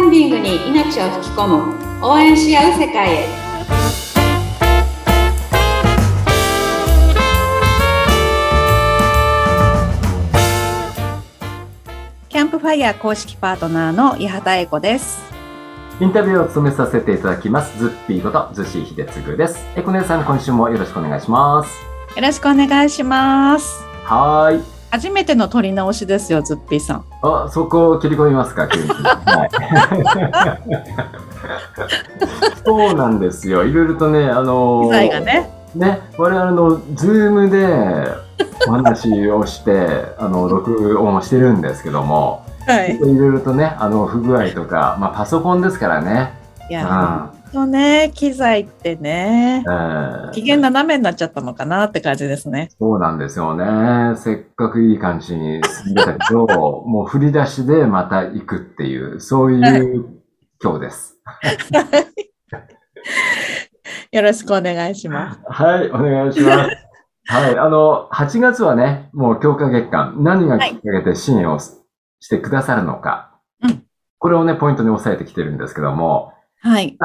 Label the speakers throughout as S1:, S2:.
S1: に命を吹き込む応援し合う世界へ
S2: キャンプファイヤー公式パートナーの八幡英子です。
S3: インタビューを務めさせていただきます。ズッピーこと、ズシー秀次です。え、このさん、今週もよろしくお願いします。
S2: よろしくお願いします。
S3: はーい。
S2: 初めての撮り直しですよ、ズッピーさん。
S3: あ、そこを切り込みますか、急に。はい。 そうなんですよ。いろいろとね、あのー
S2: 機材がね。
S3: ね、我々のズームでお話をして、 あの、録音をしてるんですけども、
S2: はいい。
S3: ろいろとね、あの、不具合とか、まあ、パソコンですからね。
S2: いうや、
S3: ん
S2: ほんとね、機材ってね、
S3: えー
S2: 機嫌斜めになっちゃったのかなって感じですね。
S3: そうなんですよね。せっかくいい感じに進んでたけ ど、もう振り出しでまた行くっていう、そういう今日です。
S2: よろしくお願いします。
S3: はい、お願いします。はい、あの、8月はね、もう強化月間、何がきっかけで支援をすしてくださるのか、
S2: うん
S3: これをね、ポイントに押さえてきてるんですけども、
S2: はい。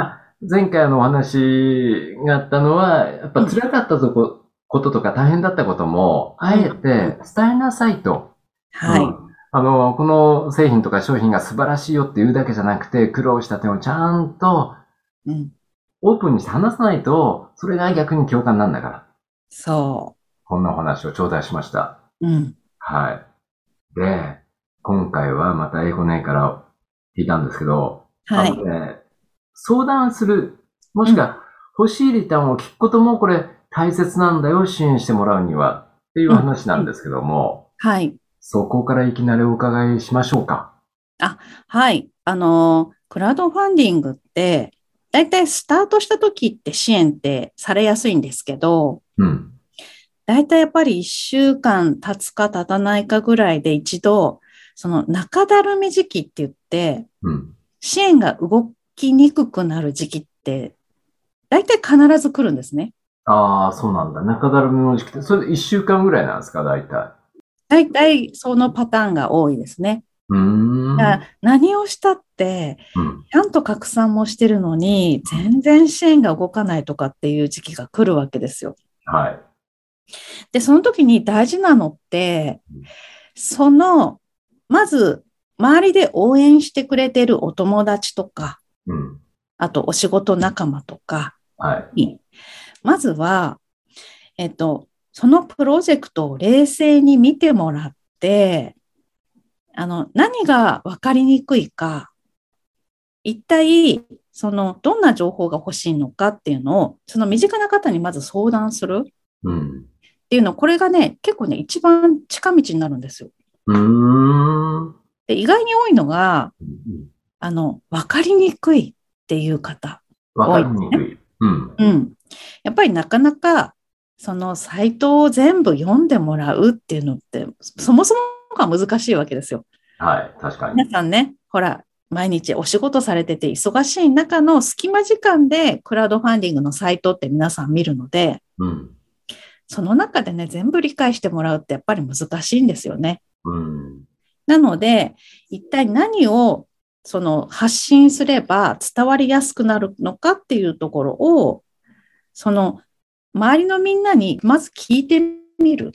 S3: 前回のお話があったのは、やっぱ辛かったとこ、こととか大変だったことも、あえて伝えなさいと。
S2: はい。
S3: うんあの、この製品とか商品が素晴らしいよっていうだけじゃなくて、苦労した点をちゃんと
S2: うん、
S3: オープンにして話さないと、それが逆に共感なんだから。
S2: そ
S3: こんなお話を頂戴しました。
S2: う。うん。
S3: はい。で、今回はまた英語ねから聞いたんですけど、
S2: は
S3: あ
S2: い。
S3: のね、相談する、もしくは欲しいリターンを聞くこともこれ大切なんだよ、支援してもらうにはっていう話なんですけども、
S2: はい。
S3: そこからいきなりお伺いしましょうか。
S2: はい。あの、クラウドファンディングって、だいたいスタートした時って支援ってされやすいんですけど、
S3: うん。
S2: だいたいやっぱり1週間経つか経たないかぐらいで一度、その中だるみ時期って言って、
S3: うん。
S2: 支援が動きにくくなる時期って、だいたい必ず来るんですね。
S3: ああ、そうなんだ。中だるみの時期って、それで1週間ぐらいなんですか、大体。
S2: だいたいそのパターンが多いですね。
S3: うーん。
S2: だから何をしたって、
S3: うん
S2: ちゃんと拡散もしてるのに、全然支援が動かないとかっていう時期が来るわけですよ。
S3: はい。
S2: で、その時に大事なのって
S3: うん、
S2: その、まず、周りで応援してくれてるお友達とか、
S3: うん。
S2: あとお仕事仲間とか
S3: はい。
S2: に、まずは、えっと、そのプロジェクトを冷静に見てもらって、あの、何が分かりにくいか、一体、その、どんな情報が欲しいのかっていうのを、その身近な方にまず相談する。
S3: うん。
S2: っていうの、これがね、結構ね、一番近道になるんですよ。
S3: うーん。
S2: で意外に多いのが、
S3: うん
S2: あの、わかりにくいっていう方。
S3: わかりにくい。うん。
S2: うん。やっぱりなかなか、そのサイトを全部読んでもらうっていうのって、そもそもが難しいわけですよ。
S3: はい。確かに。
S2: 皆さんね、ほら、毎日お仕事されてて忙しい中の隙間時間でクラウドファンディングのサイトって皆さん見るので、
S3: うん。
S2: その中でね、全部理解してもらうってやっぱり難しいんですよね。
S3: うん。
S2: なので、一体何をその発信すれば伝わりやすくなるのかっていうところを、その周りのみんなにまず聞いてみる、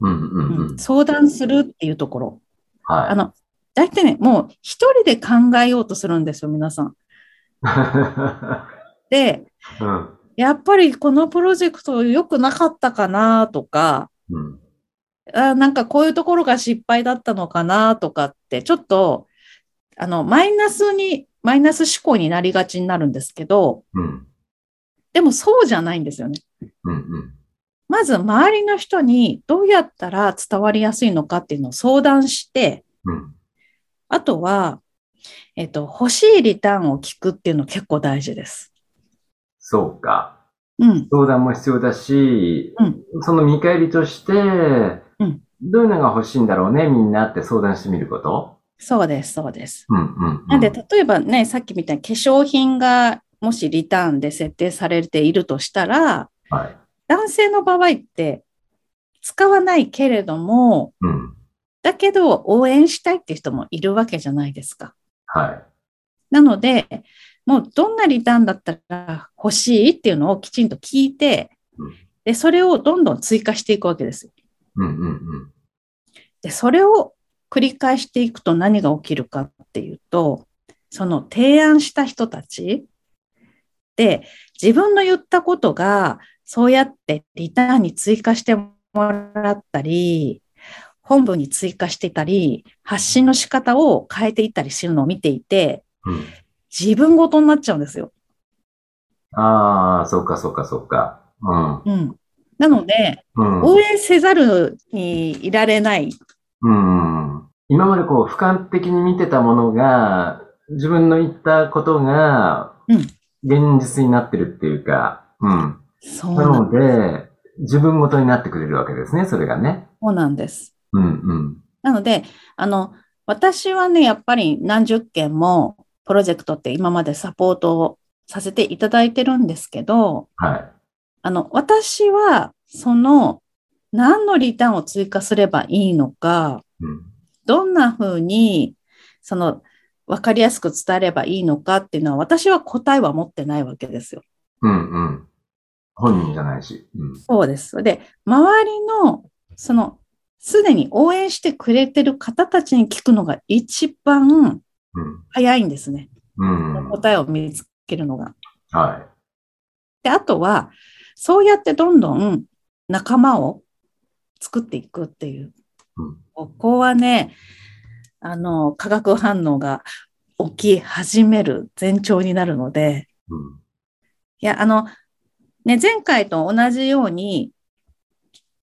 S3: うん。うん。うん。
S2: 相談するっていうところ。あ
S3: は
S2: の、大体ね、もう一人で考えようとするんですよ、皆さん。
S3: い。
S2: で、
S3: うん。
S2: やっぱりこのプロジェクト良くなかったかなとか、
S3: うん。
S2: あーなんかこういうところが失敗だったのかなとかって、ちょっと、あの、マイナスに、マイナス思考になりがちになるんですけど、
S3: うん。
S2: でもそうじゃないんですよね。
S3: うん。
S2: まず周りの人にどうやったら伝わりやすいのかっていうのを相談して、
S3: うん。
S2: あとは、えっと、欲しいリターンを聞くっていうの結構大事です。
S3: そうか。
S2: うん。
S3: 相談も必要だし、
S2: うん
S3: その見返りとして、
S2: ん
S3: どういうのが欲しいんだろうね、みんなって相談してみること。
S2: そうです、そうです。
S3: うんうん、うん。
S2: なんで、例えばね、さっきみたいに化粧品がもしリターンで設定されているとしたら、
S3: はい。
S2: 男性の場合って使わないけれども、
S3: うん。
S2: だけど応援したいっていう人もいるわけじゃないですか。
S3: はい。
S2: なので、もうどんなリターンだったら欲しいっていうのをきちんと聞いて
S3: うん、
S2: で、それをどんどん追加していくわけです。
S3: うんうんうん。
S2: で、それを繰り返していくと何が起きるかっていうと、その提案した人たちで自分の言ったことがそうやってリターンに追加してもらったり、本文に追加してたり、発信の仕方を変えていったりするのを見ていて、
S3: うん
S2: 自分ごとになっちゃうんですよ。
S3: ああ、そっかそっかそっか。うん。
S2: うん。なので、
S3: うん。
S2: 応援せざるにいられない。
S3: うん。今までこう、俯瞰的に見てたものが、自分の言ったことが、
S2: うん
S3: 現実になってるっていうか、うん。
S2: そう
S3: な
S2: なん
S3: ので、自分ごとになってくれるわけですね、それがね。
S2: そうなんです。
S3: うんうん。
S2: なので、あの、私はね、やっぱり何十件もプロジェクトって今までサポートをさせていただいてるんですけど、
S3: はい。
S2: あの、私はその何のリターンを追加すればいいのか、
S3: うん。
S2: どんな風にその分かりやすく伝えればいいのかっていうのは私は答えは持ってないわけですよ。
S3: うんうん。本人じゃないし。うん。
S2: そうです。で、周りのそのすでに応援してくれてる方たちに聞くのが一番早いんですね。
S3: うん。うん。
S2: 答えを見つけるのが。
S3: は
S2: で、あとは、そうやってどんどん仲間を作っていくっていう
S3: うん。
S2: ここはね、あの、化学反応が起き始める前兆になるので、
S3: い。うん。
S2: いや、あの、ね、前回と同じように、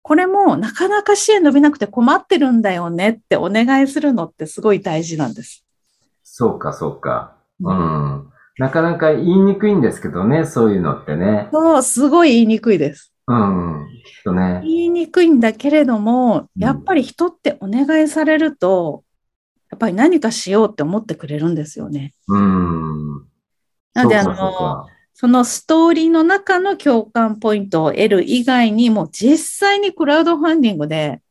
S2: これもなかなか支援伸びなくて困ってるんだよねってお願いするのってすごい大事なんです。
S3: そうか、そうか。うん。なかなか言いにくいんですけどね、そういうのってね。
S2: そう、すごい言いにくいです。
S3: うん。きっとね。
S2: 言いにくいんだけれども、
S3: うん
S2: やっぱり人ってお願いされると、やっぱり何かしようって思ってくれるんですよね。
S3: うん。
S2: なんで、あ
S3: そうか
S2: の、そのストーリーの中の共感ポイントを得る以外にも、実際にクラウドファンディングで、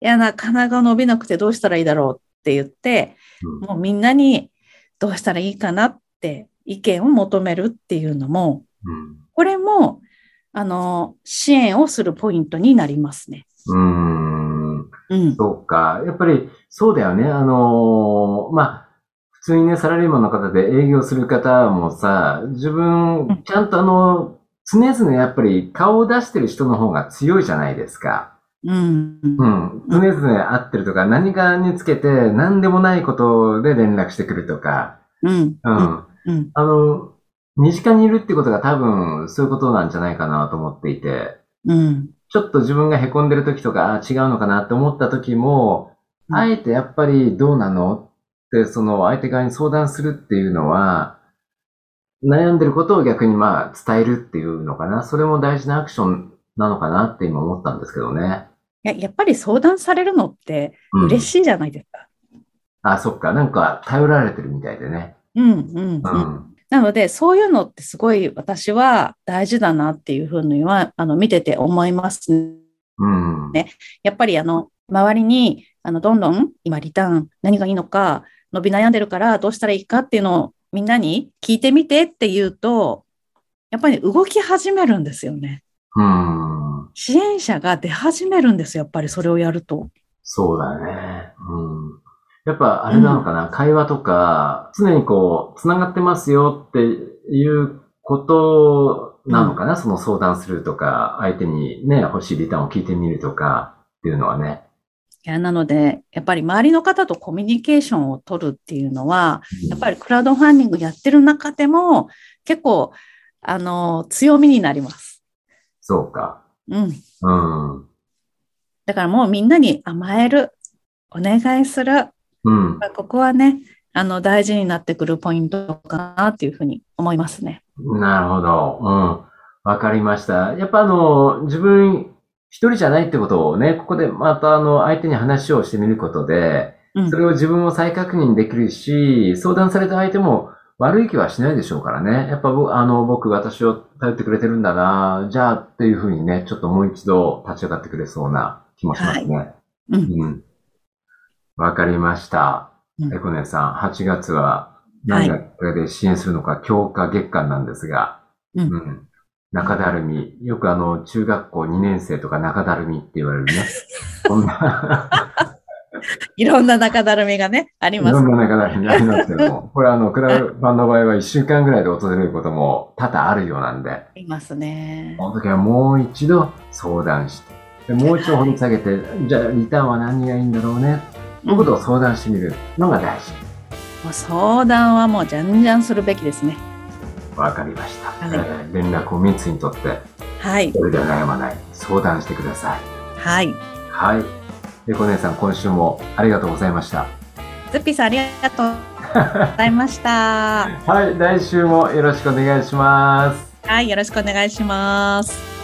S2: いや、なかなか伸びなくてどうしたらいいだろうって言って、
S3: そうか
S2: もうみんなにどうしたらいいかなって意見を求めるっていうのも、
S3: うん。
S2: これも、あの、支援をするポイントになりますね。
S3: うん。うん。
S2: うん。
S3: そうか。やっぱり、そうだよね。あのーまあ、普通にね、サラリーマンの方で営業する方もさ、自
S2: うん
S3: 分、ちゃんとあの、常々やっぱり顔を出してる人の方が強いじゃないですか。
S2: うん。
S3: うん。常々会ってるとか、何かにつけて、何でもないことで連絡してくるとか。
S2: うん。
S3: うん。
S2: うん。
S3: あの、身近にいるってことが多分、そういうことなんじゃないかなと思っていて。
S2: うん。
S3: ちょっと自分が凹んでる時とか、あ違うのかなって思った時も、
S2: うん
S3: あえてやっぱりどうなのって、その相手側に相談するっていうのは、悩んでることを逆にまあ伝えるっていうのかな。それも大事なアクションなのかなって今思ったんですけどね。
S2: ややっぱり相談されるのって
S3: うん、
S2: 嬉
S3: い。
S2: しいじゃないですか。
S3: あ、そっか。なんか頼られてるみたいでね。
S2: うん、うん、うん。
S3: うん。
S2: なので、そういうのってすごい私は大事だなっていうふうには、あの、見てて思います。
S3: うん。
S2: ねやっぱり、あの、周りに、あの、どんどん今リターン何がいいのか、伸び悩んでるからどうしたらいいかっていうのをみんなに聞いてみてっていうと、やっぱり動き始めるんですよね。
S3: うん。
S2: 支援者が出始めるんですよ。やっぱりそれをやると。
S3: そうだね。うん。やっぱあれなのかな、会話とか、常にこう、繋がってますよっていうことなのかな、その相談するとか、相手にね、欲しいリターンを聞いてみるとかっていうのはね。
S2: いや、なので、やっぱり周りの方とコミュニケーションを取るっていうのは、やっぱ
S3: り。
S2: りクラウドファンディングやってる中でも、結構、あの、強みになります。
S3: そうか。
S2: うん。
S3: うん。うん。
S2: だからもうみんなに甘える、お願いする。
S3: うん。
S2: ここはね、あの、大事になってくるポイントかなっていうふうに思いますね。
S3: なるほど。うん。わかりました。やっぱあの、自分一人じゃないってことをね、ここでまたあの、相手に話をしてみることで、
S2: うん
S3: そ。れを自分も再確認できるし、相談された相手も悪い気はしないでしょうからね。やっぱ僕、あの、僕、私を頼ってくれてるんだな、じゃあっていうふうにね、ちょっともう一度立ち上がってくれそうな気もしますね。
S2: うん
S3: うん。わかりました。
S2: うん
S3: エコネさん、8月は何学で支援するのか、強化月間なんですが、
S2: うん
S3: ん中だるみ。よくあの、中学校2年生とか中だるみって言われるね。 こんな、
S2: いろんな中だるみがね、あり
S3: い
S2: ま
S3: ろ
S2: す
S3: ん。な中だるみありますけど も、これあの、クラウド版の場合は1週間ぐらいで訪れることも多々あるようなんで、
S2: ありますね。
S3: この時はもう一度相談して、でもう一度掘り下げて、じゃあリターンは何がいいんだろうね、ということを相談してみるのが大事。
S2: もう相談はもうじゃんじゃんするべきですね。
S3: わかりました。
S2: はい
S3: えー連絡を密にとって、
S2: はい。
S3: それでは悩まない。相談してください。
S2: はい。
S3: はい。猫姉さん、今週もありがとうございました。
S2: ズッピーさんありがとうございました。
S3: はい、来週もよろしくお願いします。
S2: はい。よろしくお願いします。